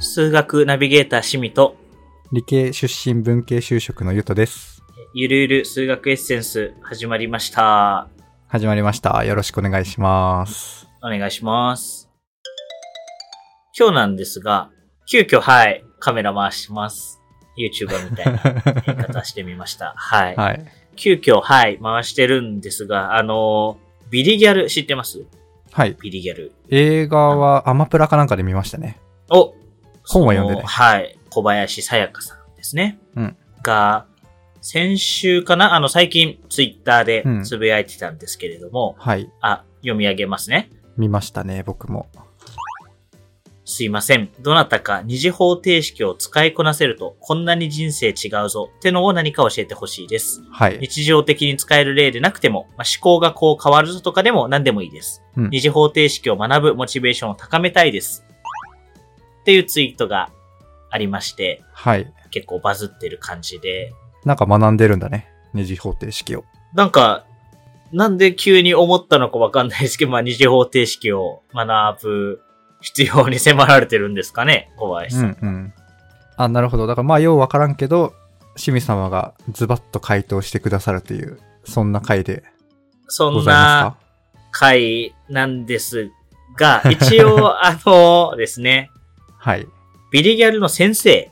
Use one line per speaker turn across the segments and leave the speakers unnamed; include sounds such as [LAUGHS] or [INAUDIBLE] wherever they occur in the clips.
数学ナビゲーター趣味と、
理系出身文系就職のゆとです。
ゆるゆる数学エッセンス始まりました。
始まりました。よろしくお願いします。
お願いします。今日なんですが、急遽はい、カメラ回します。YouTuber みたいな言い方してみました。はい。
はい。
急遽はい、回してるんですが、あのー、ビリギャル知ってます
はい。
ビリギャル。
映画はアマプラかなんかで見ましたね。
お
本は読んでな
そ
い
のはい。小林さやかさんですね。
うん
が、先週かなあの、最近、ツイッターで
うん
つぶやいてたんですけれども、
はい。
あ、読み上げますね。
見ましたね、僕も。
すいません。どなたか二次方程式を使いこなせると、こんなに人生違うぞ、ってのを何か教えてほしいです。
はい。
日常的に使える例でなくても、まあ思考がこう変わるぞとかでも何でもいいです。
うん
二次方程式を学ぶモチベーションを高めたいです。っていうツイートがありまして、
はい。
結構バズってる感じで、
なんか学んでるんだね。二次方程式を。
なんか、なんで急に思ったのかわかんないですけど、まあ二次方程式を学ぶ必要に迫られてるんですかね、小林
う
さん。
んうん。あ、なるほど。だからまあ、ようわからんけど、清水様がズバッと回答してくださるという、そんな回で
そ
ご
ん
ざいま
な回なんです
[LAUGHS]
が、一応、あのですね、
すかはい。
ビリギャルの先生、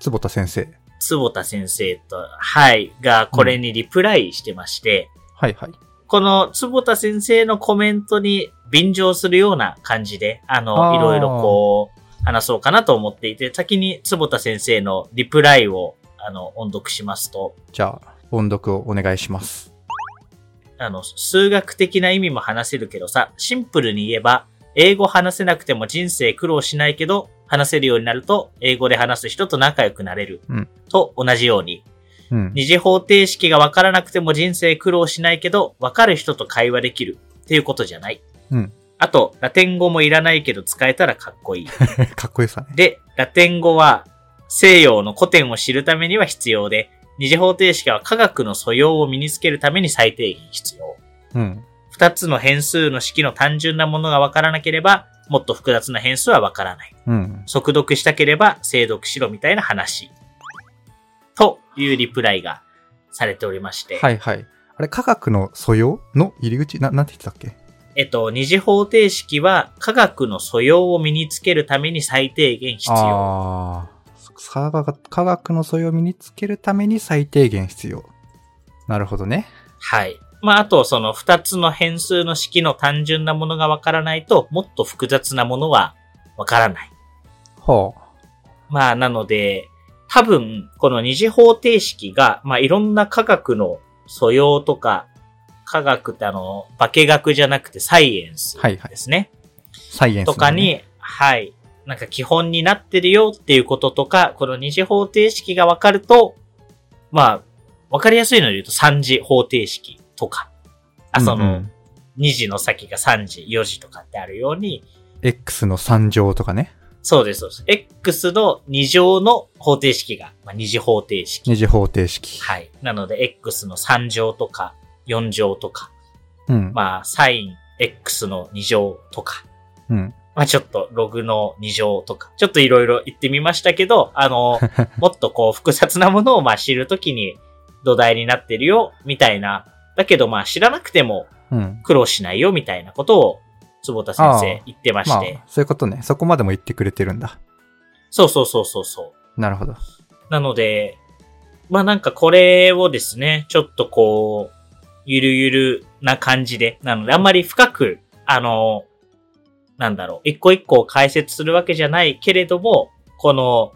坪田先生。
坪田先生と、はい、がこれにリプライしてまして、
はいはい。
この坪田先生のコメントに便乗するような感じで、あの、
あー
いろいろこう、話そうかなと思っていて、先に坪田先生のリプライを、あの、音読しますと、
じゃあ、音読をお願いします。
あの、数学的な意味も話せるけどさ、シンプルに言えば、英語話せなくても人生苦労しないけど、話せるようになると、英語で話す人と仲良くなれる。
うん
と同じように、
うん。
二次方程式が分からなくても人生苦労しないけど、分かる人と会話できるっていうことじゃない。
うん
あと、ラテン語もいらないけど使えたらかっこいい。
[LAUGHS]
[LAUGHS]
かっこよさね。
で、ラテン語は西洋の古典を知るためには必要で、二次方程式は科学の素養を身につけるために最低限必要。
うん。
二つの変数の式の単純なものが分からなければ、もっと複雑な変数は分からない。
うん。
速読したければ精読しろみたいな話。というリプライがされておりまして。
はいはい。あれ、科学の素養の入り口な、なんて言ってたっけ
えっと、二次方程式は科学の素養を身につけるために最低限必要。
ああ。科学、科学の素養を身につけるために最低限必要。なるほどね。
はい。まあ、あと、その二つの変数の式の単純なものがわからないと、もっと複雑なものはわからない。
ほ
まあ、なので、多分、この二次方程式が、まあ、いろんな科学の素養とか、科学ってあの、化学じゃなくてサイエンス
はいはい
ですね。
う。サイエンス、
とか。に、はい。なんか基本になってるよっていうこととか、この二次方程式がわかると、まあ、わかりやすいので言うと三次方程式とか、あ、そ
うんう
の、
ん
二次の先が三次、四次とかってあるように、
X の3乗とかね。
そうです、そうです。X の二乗の方程式が、まあ、二次方程式。
二次方程式。
はい。なので、X の三乗とか、四乗とか、
うん。
まあ、サイン X の二乗とか、
うん。
まあちょっとログの2乗とか、ちょっといろいろ言ってみましたけど、あの、もっとこう複雑なものをまあ知るときに土台になってるよ、みたいな。だけどまあ知らなくても
うん。
苦労しないよ、みたいなことを坪田先生
ああ
言ってま
ま
し
あ
て。、
そういうことね。そこまでも言ってくれてるんだ。
そうそうそうそうそう。
なるほど。
なので、まあなんかこれをですね、ちょっとこう、ゆるゆるな感じで、なのであんまり深く、あの、なんだろう、一個一個を解説するわけじゃないけれども、この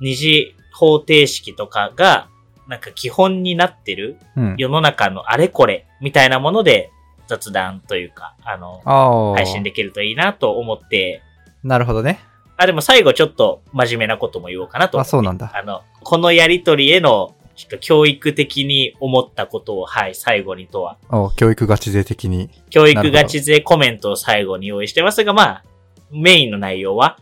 二次方程式とかが、なんか基本になってる
うん。
世の中のあれこれみたいなもので雑談というか、あの、
ああ。
配信できるといいなと思って、
なるほどね。
あ、でも最後ちょっと真面目なことも言おうかなと思
あ、
って
そうなんだ。
あの、このやりとりへの、ちょっと教育的に思ったことを、はい、最後にとは。
お教育ガチ勢的に。
教育ガチ勢コメントを最後に用意してますが、まあ、メインの内容は、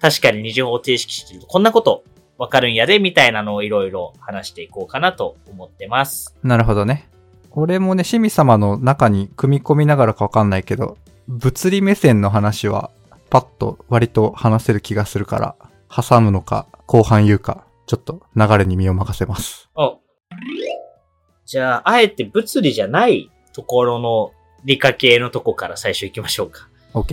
確かに二乗を定式してると、こんなこと、わかるんやで、みたいなのをいろいろ話していこうかなと思ってます。
なるほどね。俺もね、清水様の中に組み込みながらかわかんないけど、物理目線の話は、パッと割と話せる気がするから、挟むのか、後半言うか、ちょっと流れに身を任せます。
お。じゃあ、あえて物理じゃないところの理科系のとこから最初行きましょうか。
OK。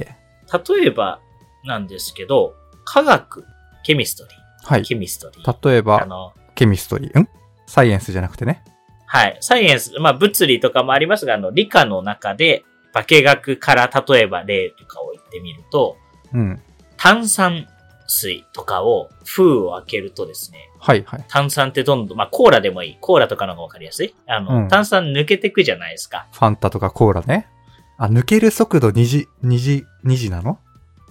例えばなんですけど、科学、ケミストリ
はい
ー、。ケミストリー。
例え
あ
ば、
の、
ケミストリー。んサイエンスじゃなくてね。
はい。サイエンス、まあ物理とかもありますが、あの、理科の中で、化学から例えば例とかを言ってみると、
うん。
炭酸水とかを封を開けるとですね、
はいはい。
炭酸ってどんどん、まあコーラでもいい。コーラとかの方がわかりやすい。あの、
うん
炭酸抜けてくじゃないですか。
ファンタとかコーラね。あ、抜ける速度2時、2時、2時なの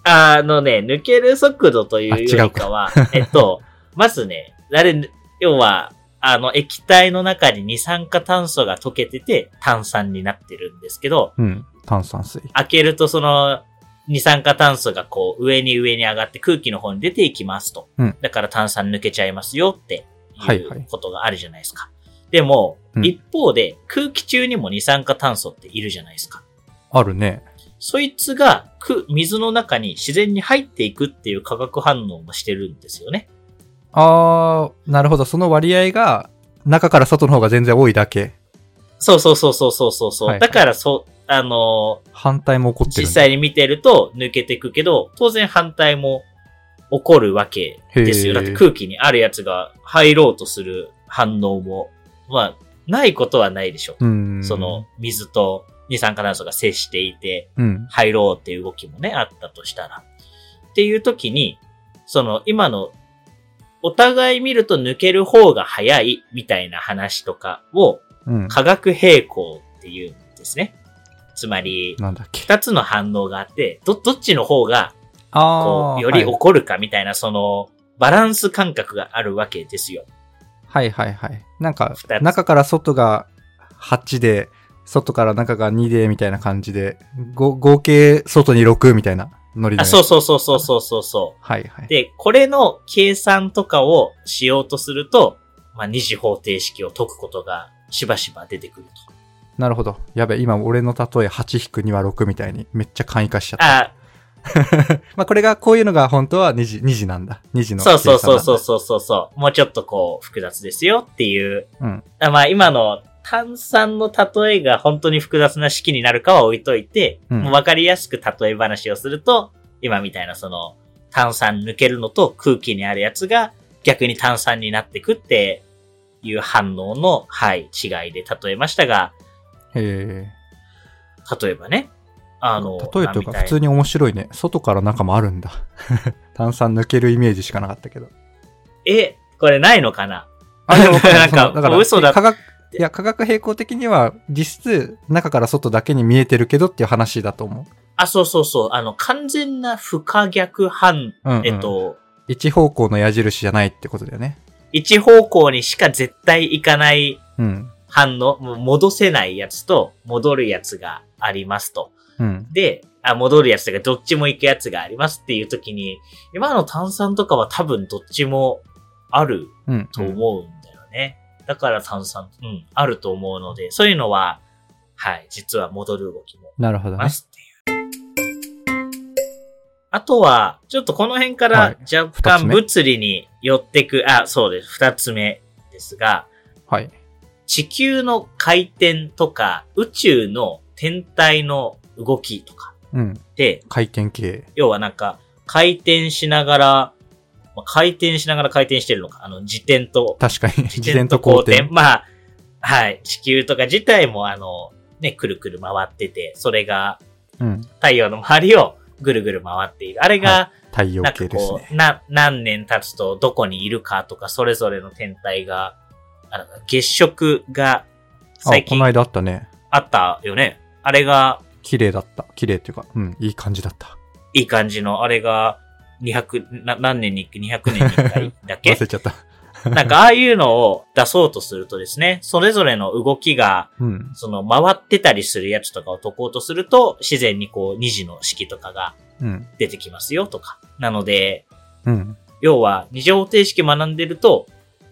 あのね、抜ける速度というよりか
[LAUGHS]
は、えっと、まずね、あれ、要は、あの、液体の中に二酸化炭素が溶けてて、炭酸になってるんですけど、
うん。炭酸水。
開けるとその、二酸化炭素がこう、上に上に上がって空気の方に出ていきますと。
うん
だから炭酸抜けちゃいますよって、
はいいうはい
ことがあるじゃないですか。でも、
うん
一方で、空気中にも二酸化炭素っているじゃないですか。
あるね。
そいつがく水の中に自然に入っていくっていう化学反応もしてるんですよね。
あー、なるほど。その割合が、中から外の方が全然多いだけ。
そうそうそうそうそうそう。そう
はいは
だ
い
からそう、あの
反対も起こ
ー
って
実
るんだ。
際に見てると抜けていくけど、当然反対も起こるわけですよ。
へ
だ
ー
って空気にあるやつが入ろうとする反応も、まあ、ないことはないでしょう。
うん。
その、水と二酸化炭素が接していて、
うん。
入ろうっていう動きもね、あったとしたら。っていう時に、その今の、お互い見ると抜ける方が早いみたいな話とかを
うん。
化学平衡っていうんですね。つまり、
なんだっけ。
二つの反応があって、ど、どっちの方が、
あ
こ
ー。
う、より
はい
起こるかみたいな、その、バランス感覚があるわけですよ。
はいはいはい。なんか
二、つ
中から外が8で、外から中が2で、みたいな感じで、ご合計外に6みたいなノリの
あ、
やつ
そうそうそうそうそうそうそう。
はいはい。
で、これの計算とかをしようとすると、まあ、二次方程式を解くことがしばしば出てくると。
なるほど。やべ、今俺の例え8-2は6みたいにめっちゃ簡易化しちゃった。
あ、
まあこれが、こういうのが本当は2時、2時なんだ。2時の
そうそうそう
計算
そ
な
うん
だ
そうそうそう。もうちょっとこう複雑ですよっていう。
うん
あまあ今の炭酸の例えが本当に複雑な式になるかは置いといて、
うん
もうわかりやすく例え話をすると、今みたいなその炭酸抜けるのと空気にあるやつが逆に炭酸になってくっていう反応の、はい、違いで例えましたが、
へえ。
例えばね、あの、
例えという
ま
か
あ
普通。
みたいな
に面白いね。外から中もあるんだ。 [LAUGHS] 炭酸抜けるイメージしかなかっ
[LAUGHS]
たけど。
え、これないのかな
あ、でも
なんか
そのだから
嘘だ
科学、いや、科学平行的には、実質、中から外だけに見えてるけどっていう話だと思
あ、そうそうそう、あの、完全な不可逆反、
う。うん、うん
えっ、と、
一方向の矢印じゃないってことだよね。
一方向にしか絶対行かない
うん。
反応、もう戻せないやつと戻るやつがありますと。
うん。
で、あ戻るやつというかどっちも行くやつがありますっていう時に、今の炭酸とかは多分どっちもある
うん。
と思うんだよね。だから炭酸、うん、あると思うので、そういうのは、はい、実は戻る動きも
なるほど
あり
ね
ま。すっていう。あとは、ちょっとこの辺か
は
ら
い
若
二つ
干
目
物理に寄ってく、あ、そうです、二つ目ですが、
はい。
地球の回転とか、宇宙の天体の動きとか
うん。
で、
回転系。
要はなんか、回転しながら、まあ回転しながら回転してるのか、あの、自転と
確かに。自
自転と公転。。まあ、はい。地球とか自体も、あの、ね、くるくる回ってて、それが
うん。
太陽の周りをぐるぐる回っている。あれが、
太陽
なん
系
か
です
こう、
ね。
な、何年経つとどこにいるかとか、それぞれの天体が、あの月食が
あ、
最
こ
近
の間あったね。
あったよね。あれが、
綺麗だった。綺麗っていうか、うん。いい感じだった。
いい感じの、あれが、200、な何年に200年に1回だっけ
忘れちゃった。
なんかああいうのを出そうとするとですね、それぞれの動きが
うん。
その回ってたりするやつとかを解こうとすると、自然にこう二次の式とかが
うん。
出てきますよとか。なので、
うん。
要は二次方程式学んでると、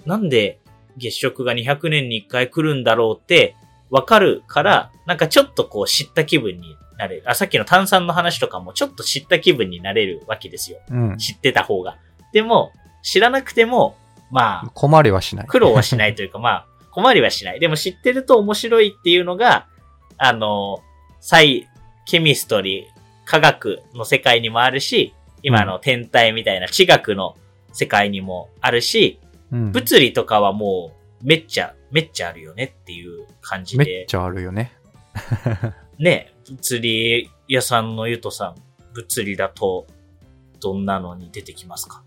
なんで月食が200年に1回来るんだろうってわかるから、なんかちょっとこう知った気分になれる。あ、さっきの炭酸の話とかもちょっと知った気分になれるわけですよ。
うん。
知ってた方が。でも、知らなくても、まあ、
困りはしない。
苦労はしないというか、まあ、困りはしない。でも知ってると面白いっていうのが、あの、サイ、ケミストリー、科学の世界にもあるし、今の天体みたいな地学の世界にもあるし、
[LAUGHS] うん、
物理とかはもうめっちゃ、めっちゃあるよねっていう感じ
めっ
で、
ちゃあるよね。
ね、物理屋さんのゆとさん、物理だとどんなのに出てきますか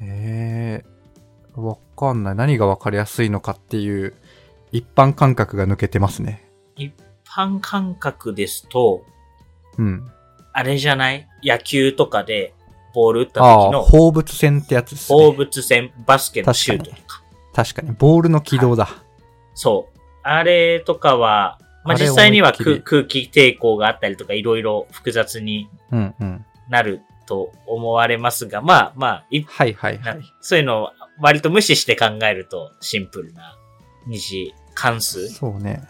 えー、わかんない。何がわかりやすいのかっていう、一般感覚が抜けてますね。
ファン感覚ですと、
うん。
あれじゃない野球とかでボール打った
あ
時
あ、
の
放物線ってやつです、
放
ね。
物線、バスケのシュートとか。
確かに。ボールの軌道だ。
そう。あれとかは、まあ、
あれ
実際には
思いっき
空
り
空気抵抗があったりとかいろいろ複雑に
うんうん。
なると思われますが、まあまあ、一
はいはいは。
ないそういうのを割と無視して考えるとシンプルな二次関数に
そうね。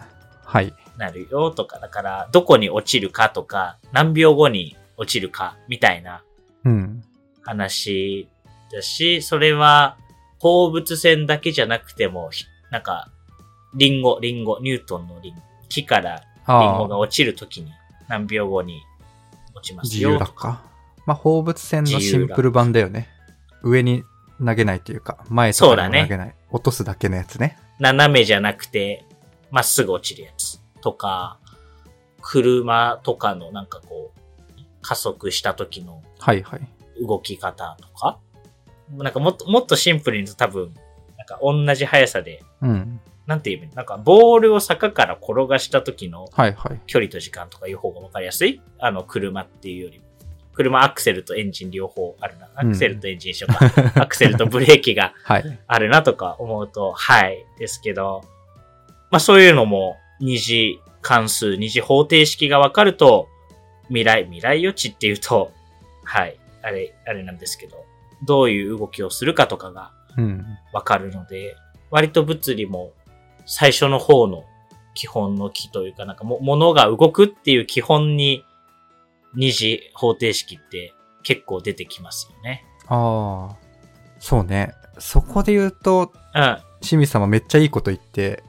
はい。
なるよとか、だからどこに落ちるかとか、何秒後に落ちるかみたいな
うん。
話だし、それは放物線だけじゃなくても、ひなんか、リンゴ、リンゴ、ニュートンのリンゴ、木からリンゴ
あ
が
あ、
落ちるときに何秒後に落ちます
自
よ
由
と
落
か。
下。まあ、放物線のシンプル版だよね。上に投げないというか、前とかにも投げない。落とすだけのやつね。
斜めじゃなくて、まっすぐ落ちるやつとか、車とかのなんかこう、加速した時の
はいはい。
動き方とか、なんかもっと、もっとシンプルに言うと多分、なんか同じ速さで、
うん。
なんて言えばいいのなんかボールを坂から転がした時の
はいはい。
距離と時間とかいう方が分かりやすいあの、車っていうよりも。車アクセルとエンジン両方あるな。アクセルとエンジン一緒か。アクセルとブレーキが
はい。
あるなとか思うと、はい、ですけど、まあそういうのも二次関数、二次方程式がわかると、未来、未来予知っていうと、はい、あれ、あれなんですけど、どういう動きをするかとかが
うん。
わかるので、割と物理も最初の方の基本の木というか、なんかも、物が動くっていう基本に二次方程式って結構出てきますよね。
ああ、そうね。そこで言うと、
うん、
清水さんはめっちゃいいこと言って、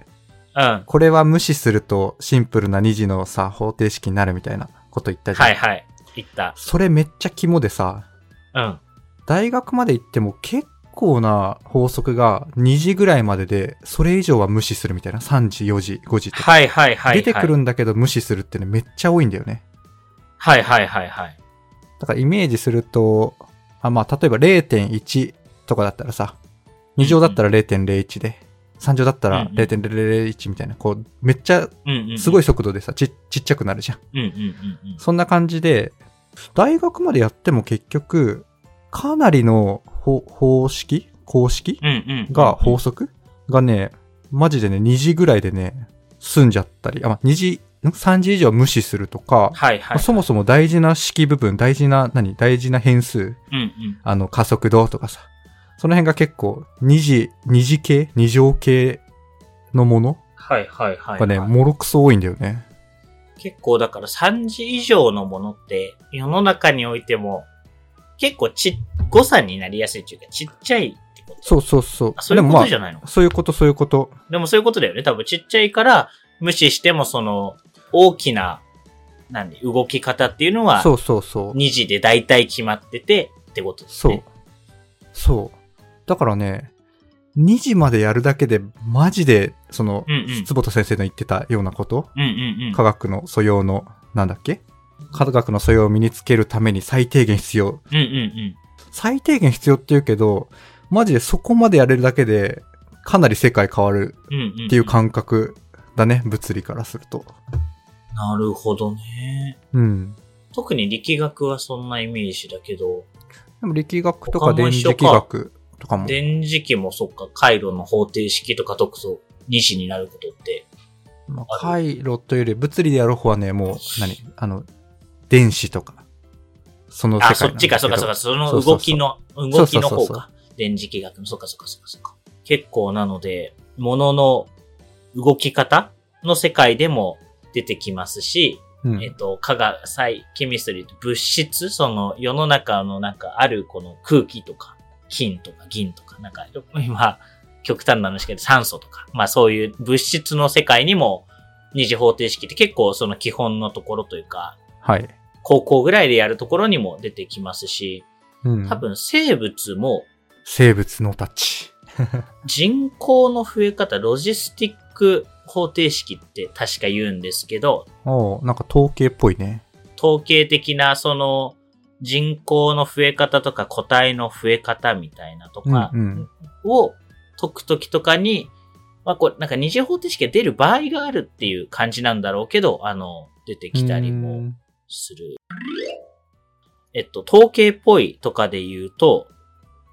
うん。
これは無視するとシンプルな2次のさ、方程式になるみたいなこと言ったじゃん。
はいはい。言った。
それめっちゃ肝でさ、
うん。
大学まで行っても結構な法則が2時ぐらいまでで、それ以上は無視するみたいな。3時、4時、5時とか。
はいはいはい、はい。
出てくるんだけど無視するってね、めっちゃ多いんだよね。
はいはいはいはい。
だからイメージすると、あまあ、例えば0.1とかだったらさ、2乗だったら0.01で、3乗だった
うん
ら
うん
0.001みたいな、こう、めっちゃ
うんうん、うん。
すごい
い。
速度でさ、ちちっちゃくなるじゃん。
うんうんうんうん。
そんな感じで、大学までやっても結局、かなりの方方式公式
うんうんうん。
が、法則がね、マジでね、2時ぐらいでね、済んじゃったり、あ、まあ、2時、ん3時以上無視するとか、
はい
ま
は
あ
い。
そもそも大事な式部分、大事な、何大事な変数、
うんうん。
あの、加速度とかさ、その辺が結構、2時、2時系 ?2 乗系のもの
はいはいはい、
が
はい
ね、もろくそ多いんだよね。
結構だから3時以上のものって世の中においても結構ち誤差になりやすいっていうかちっちゃいってこと
そうそうそう
あ。そういう
で
こ
もま
と
あ
じゃないのか、
そういうこと、そういうこと。
でもそういうことだよね。多分ちっちゃいから無視してもその大きな何動き方っていうのは
そうそうそう。
2時で大体決まっててってことです
そう
ね。。
そう。だからね、2時までやるだけで、マジで、その、
うんうん
坪田先生の言ってたようなこと、
そう。うんうんうん。
科学の素養の、なんだっけ科学の素養を身につけるために最低限必要。
うんうん
最低限必要って言うけど、マジでそこまでやれるだけで、かなり世界変わる
うん。うんうん。
っていう感覚だね、物理からすると。
なるほどね。
うん。
特に力学はそんなイメージだけど、
でも力学とか
他も
電
一緒
磁
か
気学とかも。
電磁気もそっか、回路の方程式とか解くと2子になることって。
まあ、
あ
回路というより物理でやる方はね、もう、何あの、電子とか。その世界
あ、そっちか、そっか、そっか、
か。
その
そうそうそう
動きの、動きの
そうそう
方
そうそ
か。電磁気学の、そっか、そっか、そっか、そっか。結構なので、ものの動き方の世界でも出てきますし、
うん
えっと、科学、サイ、ケミストリーって物質、その世の中のなんかあるこの空気とか、金とか銀とか、なんか、今、極端な話だけど酸素とか、まあそういう物質の世界にも二次方程式って結構その基本のところというか、
はい。
高校ぐらいでやるところにも出てきますし、
うん
多分生物も
生物のタッチ。
人口の増え方、ロジスティック方程式って確か言うんですけど、
おうなんか統計っぽいね。
統計的なその人口の増え方とか個体の増え方みたいなとか
うんうん
を解くときとかに、まあこれなんか二次方程式が出る場合があるっていう感じなんだろうけど、あの、出てきたり
う
も
ん
する。えっと、統計っぽいとかで言うと、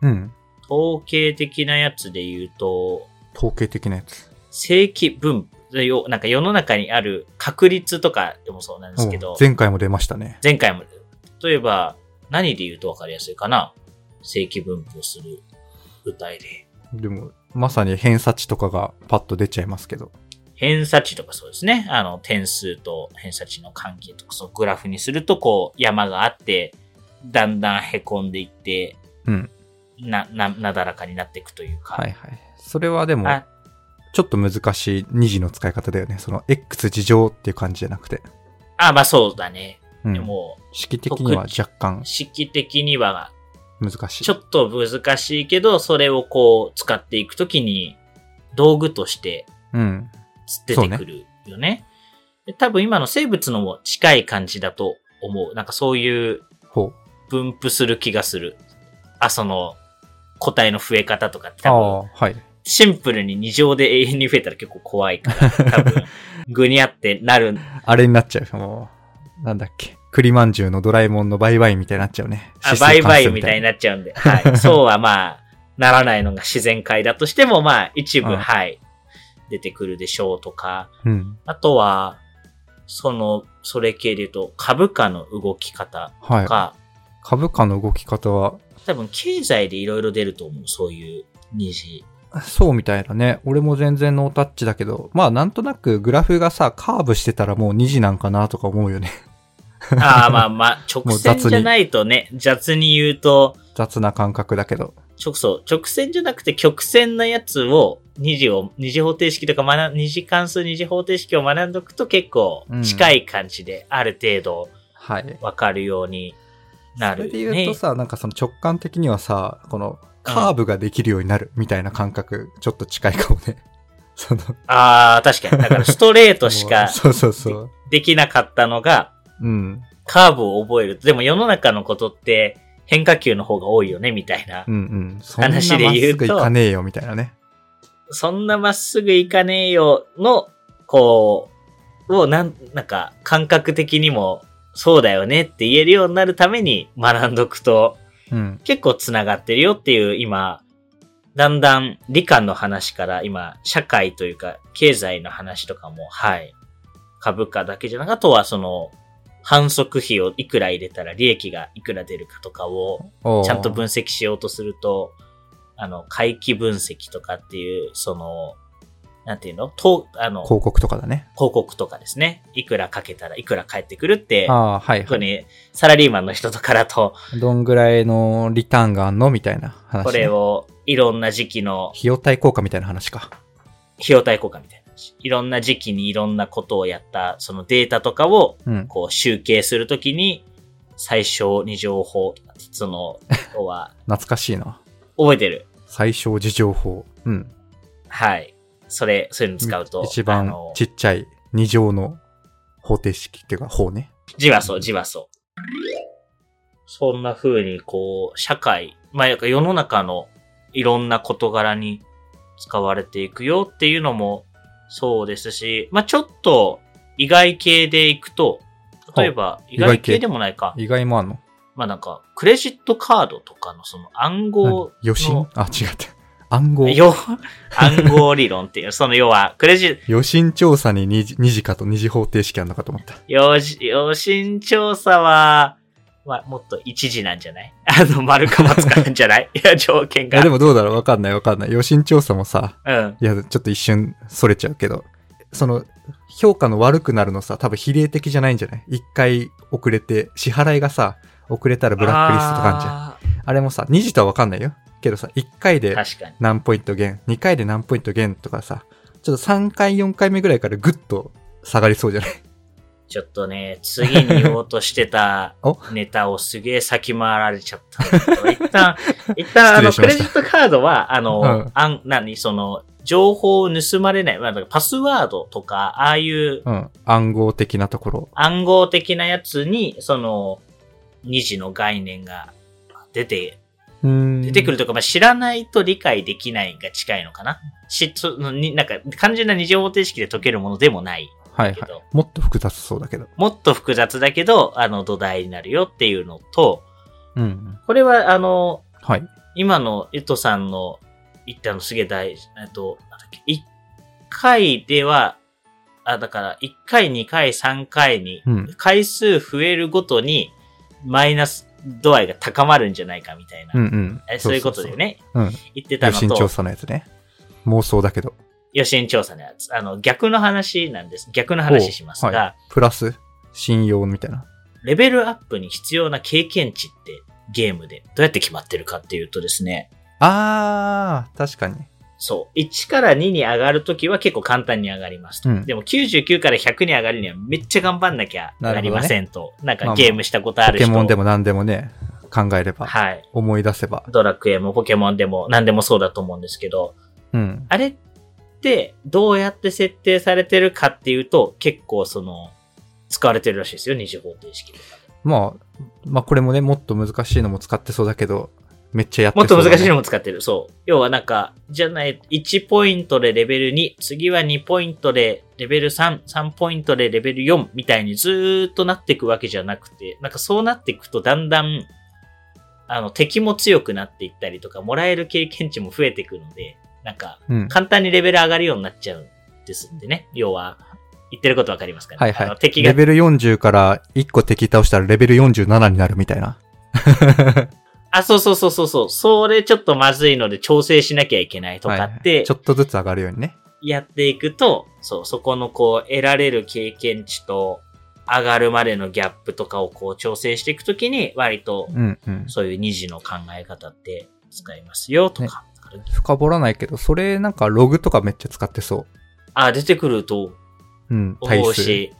うん。
統計的なやつで言うと、
統計的なやつ。
正規分布、よなんか世の中にある確率とかでもそうなんですけ
おう
ど、
前回も出ましたね。
前回も、例えば、何で言うと分かりやすいかな正規分布をする具体例。
でも、まさに偏差値とかがパッと出ちゃいますけど。
偏差値とかそうですね。あの、点数と偏差値の関係とか、そう、グラフにすると、こう、山があって、だんだん凹んでいって、
うん
な、な、なだらかになっていくというか。
はいはい。それはでも、
あ、
ちょっと難しい二次の使い方だよね。その X 事乗っていう感じじゃなくて。
あ、まあそうだね。
うん、
でも、
式的には若干
式的には、
難しい。
ちょっと難しいけど、それをこう、使っていくときに、道具として
うん。
出てくるよね。で多分今の生物のも近い感じだと思う。なんかそういう
ほう。
分布する気がする。あ、その、個体の増え方とかって
あ
多
あ
分、
ー、はい。
シンプルに二乗で永遠に増えたら結構怖いから、
[LAUGHS]
多分、ぐにゃってなる。
あれになっちゃう。もう、なんだっけ。栗まんじゅうのドラえもんのバイバイみたいになっちゃうね。
あ、
指数
バイバイ
関数
みたいになっちゃ
[LAUGHS]
うんで、はい。そうはまあ、ならないのが自然界だとしても、まあ、一部、
うん
はい、出てくるでしょうとか、
うん。
あとは、その、それ系で言うと、株価の動き方
はい
と。か、
株価の動き方は、
多分経済でいろいろ出ると思う、そういう二
[LAUGHS]
次。
そうみたいだね。俺も全然ノータッチだけど、まあなんとなくグラフがさ、カーブしてたらもう2時なんかなとか思うよね。
ああ、まあまあ、直
もう
線
雑に
じゃないとね、雑に言うと、
雑な感覚だけど。
直そう、直線じゃなくて曲線なやつを、二次を、二次方程式とか学ん、二次関数二次方程式を学んどくと結構
うん
近い感じで、ある程度
はい。
わかるようになる、ね。
それで言うとさ、なんかその直感的にはさ、このカーブができるようになるみたいな感覚、ちょっと近いかもね。 [LAUGHS] その、
ああ、確かに。だからストレートしか
そうそうそう。
できなかったのが、
うん。
カーブを覚えると。でも世の中のことって変化球の方が多いよね、みたいな
うんうん。そんなまっ
話
す
で言うと
ぐいかねえよみたいなね。
そんなまっすぐいかねえよの、こう、をなん、なんか、感覚的にも、そうだよねって言えるようになるために学んどくと、
うん。
結構つながってるよっていう、今、だんだん理科の話から、今、社会というか、経済の話とかも、はい。株価だけじゃなく、あとはその、反則費をいくら入れたら利益がいくら出るかとかを、
おー
ちゃんと分析しようとすると、あの、回帰分析とかっていう、その、なんていうのと、あの、広
広告とかだね。
告とかですね。いくらかけたらいくら返ってくるって、
ああ、はい、は
特にサラリーマンの人とかだと、
い。どんぐらいのリターンがあんのみたいな話、ね。
これをいろんな時期の
費用対効果みたいな話か。
費用対効果みたいな話いろんな時期にいろんなことをやった、そのデータとかを、
うん。
こう、集計するときに、最小二乗法、その、要は、
懐かしいな。
覚えてる。
最小事情法。うん。
はい。それ、そういうの使うと。
一
あ
番
の
ちっちゃい二乗の方程式っていうか方ね。
じわそう、じわそう。そんな風に、こう、社会、まあ、やっぱ世の中のいろんな事柄に使われていくよっていうのもそうですし、まあ、ちょっと意外系でいくと、例えば、意
意外系
外系でもないか、
意外もあんの
まあ、なんか、クレジットカードとかのその暗号
何予
の
診、あ、違った。暗号。
よ、暗号理論っていう、その要は、クレジット、
予診調査に二次二次かと二次方程式あんのかと思った。
養子、養親調査は、まあ、もっと一時なんじゃない [LAUGHS] あの、丸か×かなんじゃない [LAUGHS] いや、条件
い
が。
や、でもどうだろうわかんないわかんない。予診調査もさ、
うん。
いや、ちょっと一瞬逸れちゃうけど、その、評価の悪くなるのさ、多分比例的じゃないんじゃない一回遅れて、支払いがさ、遅れたらブラックリストとかあんじゃん。あ
あ
れもさ、2時とはわかんないよ。けどさ、1回
ー
で
確かに。
何ポイント減、2回で何ポイント減とかさ、ちょっと3回、4回目ぐらいからぐっと下がりそうじゃない
ちょっとね、次に言おうとしてた
[LAUGHS] お
ネタをすげえ先回られちゃ
[LAUGHS]
ったんだけど。一旦、一旦、あの、ク
失礼
レ
し
ジ
ま
ットカードは、あの、
うん
あん、何、その、情報を盗まれない、まあ、だからパスワードとか、ああいう
うん。暗号的なところ。
暗号的なやつに、その、二次の概念が出て、出
出
てくるというか、まあ、知らないと理解できないが近いのかな。し、その、に、なんか、単純な二次方程式で解けるものでもない。
はい
け
はい
ど。
もっと複雑そうだけど。
もっと複雑だけど、あの、土台になるよっていうのと、
うん。
これは、あの、
はい。
今の江戸さんの言ったのすげえ大事、えっと、なんだっけ、1回では、あ、だから、1回、2回、3回に
う、ん。
回数増えるごとに、マイナス度合いが高まるんじゃないかみたいな。
うんうん。
えそういうことだよね。
そうそうそう。
言って
うん。
た
予
の
診調
と、
査のやつね。妄想だけど。
予診調査のやつ。あの、逆の話なんです。逆の話しますが、
おはい、プラス、信用みたいな。
レベルアップに必要な経験値ってゲームでどうやって決まってるかっていうとですね、
あー、確かに。
そう。1から2に上がるときは結構簡単に上がりますと。
うん
でも99から100に上がるにはめっちゃ頑張んなきゃなりませんと。なん
まあま
か
あ
ゲームしたことあ
ポ
る人。
ケモンでも何でもね、考えれば、
はい。
思い出せば。
ドラクエもポケモンでも何でもそうだと思うんですけど、
うん。
あれってどうやって設定されてるかっていうと結構その使われてるらしいですよ、二次方程式とかで。
まあ、まあこれもね、もっと難しいのも使ってそうだけど、めっちゃやって
も
そ
っ
うだ
と
ね、
難しいのも使ってる。そう。要はなんか、じゃない、1ポイントでレベル2、次は2ポイントでレベル3、3ポイントでレベル4みたいにずーっとなっていくわけじゃなくて、なんかそうなっていくとだんだん、あの、敵も強くなっていったりとか、もらえる経験値も増えていくので、なんか、
うん。
簡単にレベル上がるようになっちゃうんですってね。要は、言ってることわかりますかね。
はい
あの
はい。
敵
レ
が
ベル40から1個敵倒したらレベル47になるみたいな。
あ、そうそうそうそうそう。それちょっとまずいので調整しなきゃいけないとかっ
はいは
て
い、ちょっとずつ上がるようにね。
やっていくと、そう、そこのこう、得られる経験値と、上がるまでのギャップとかをこう、調整していくときに、割と、
うんうん。
そういう二次の考え方って使いますよ、とか。
深掘らないけど、それなんかログとかめっちゃ使ってそ
あ、出てくると
う。うん。対
思う
数。
し、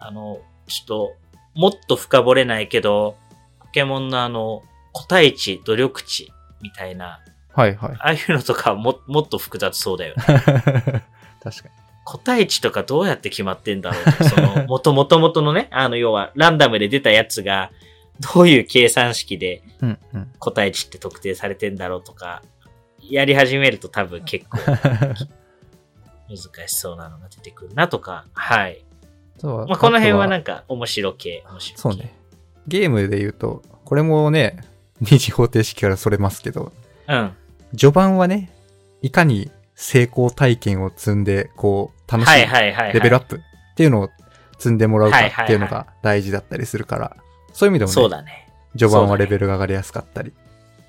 あの、ちょっと、もっと深掘れないけど、ポケモンのあの、個体値、努力値、みたいな、
はい [LAUGHS] はい。
ああいうのとかも、もっと複雑そうだよね。
確か
個体値とかどうやって決まってんだろうとかそ
[LAUGHS]
の、もともともとのね、あの、要は、ランダムで出たやつが、どういう計算式で
に。うん [LAUGHS] うん。
個体値って特定されてんだろうとか、やり始めると多分結構難しそうなのが出てくるなとか、はい。
そう
まあ、この辺は
あと
なんか、面白系、面白系。
そうね。。ゲームで言うと、これもね、二次方程式からそれますけど、
うん。
序盤はね、いかに成功体験を積んで、こう、楽し
はい
い
はいはい、はい。
レベルア
ッ
ップっていうのを積んでもらう
はいはい
か
はい
っていうのが大事だったりするから、そういう意味で
そ
も
う
ね、
だね。
序盤
そうだ
は
ね
レベルが上がりやすかったり、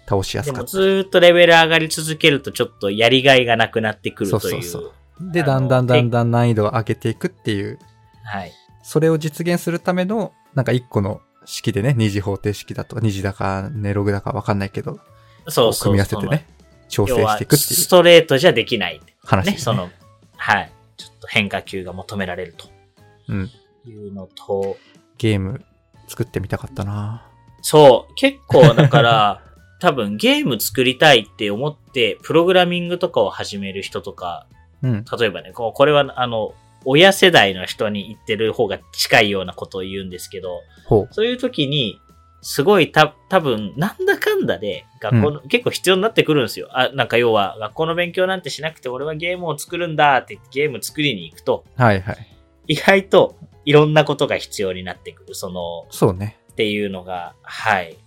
倒しや
です
か
も
った
ずーっとレベル上がり続けるとちょっとやりがいがなくなってくるという。
そうそうそうり。
あ
で、
の
だんだんだんだん難易度を上げていくっていう、
はい。
それを実現するための、なんか一個の式でね、二次方程式だと、二次だか、ネログだかわかんないけど、
そうそう
組み合わせてね、調整
要は
していくってい
ス
う
トレートじゃできない。
話
ね、
です
そ
ね。
の、はい。ちょっと変化球が求められると
うん。
いうのと、
ゲーム作ってみたかったな
そう、結構だ [LAUGHS] から、多分ゲーム作りたいって思って、プログラミングとかを始める人とか、
うん。
例えばね、こうこれはあの、親世代の人に言ってる方が近いようなことを言うんですけど、
ほ
そういう時に、すごいた、多分なんだかんだで、学校の、結構必要になってくるんですよ。あ、なんか要は、学校の勉強なんてしなくて、俺はゲームを作るんだって言ってゲーム作りに行くと、
う。はいはい。
意外といろんなことが必要になってくる、その、
そうね。
っていうのが、はい。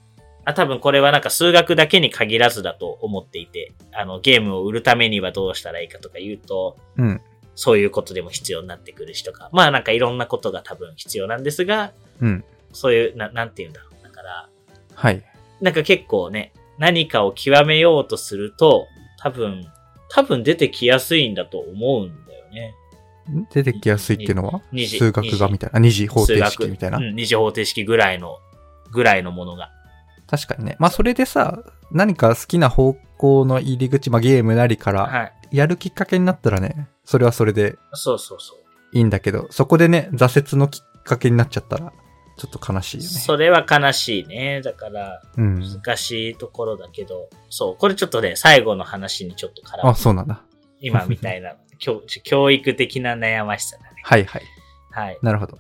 あ、多分これはなんか数学だけに限らずだと思っていて、あの、ゲームを売るためにはどうしたらいいかとか言うと、
うん。
そういうことでも必要になってくるしとか、まあなんかいろんなことが多分必要なんですが、
うん。
そういう、ななんて言うんだろう。だから、
はい。
なんか結構ね、何かを極めようとすると、多分、多分出てきやすいんだと思うんだよね。
出てきやすいっていうのは
二次
数学がみたいな。二次方程式みたいな
数。学うん、二次方程式ぐらいの、ぐらいのものが。
確かにね。まあそれでさ、何か好きな方向の入り口、まあゲームなりから、
はい。
やるきっかけになったらね、それはそれで
そうそうそう。
いいんだけど、そこでね、挫折のきっかけになっちゃったら、ちょっと悲しいよね。
それは悲しいね。だから、
うん。
難しいところだけど、そう、これちょっとね、最後の話にちょっと絡
あ、
む。
そうなんだ。
今みたいな教、教育的な悩ましさだね。
はいはい。
はい。
なるほど。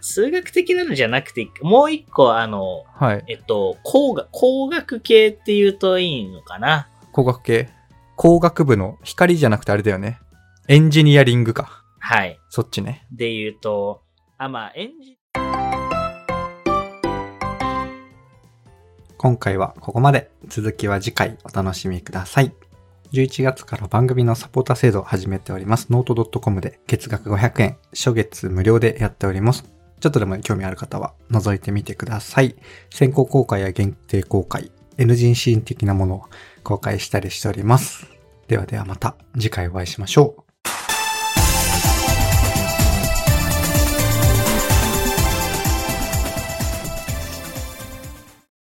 数学的なのじゃなくて、もう一個、あの、
はい。
えっと、工学、工学系って言うといいのかな。
工学系。工学部の光じゃなくてあれだよね。エンジニアリングか。
はい。
そっちね。
で言うと、あ、まあ、エンジ
今回はここまで。続きは次回お楽しみください。11月から番組のサポーター制度を始めております。note.com で月額500円、初月無料でやっております。ちょっとでも興味ある方は覗いてみてください。先行公開や限定公開、NG シーン的なものを公開したりしております。ではではまた次回お会いしましょう。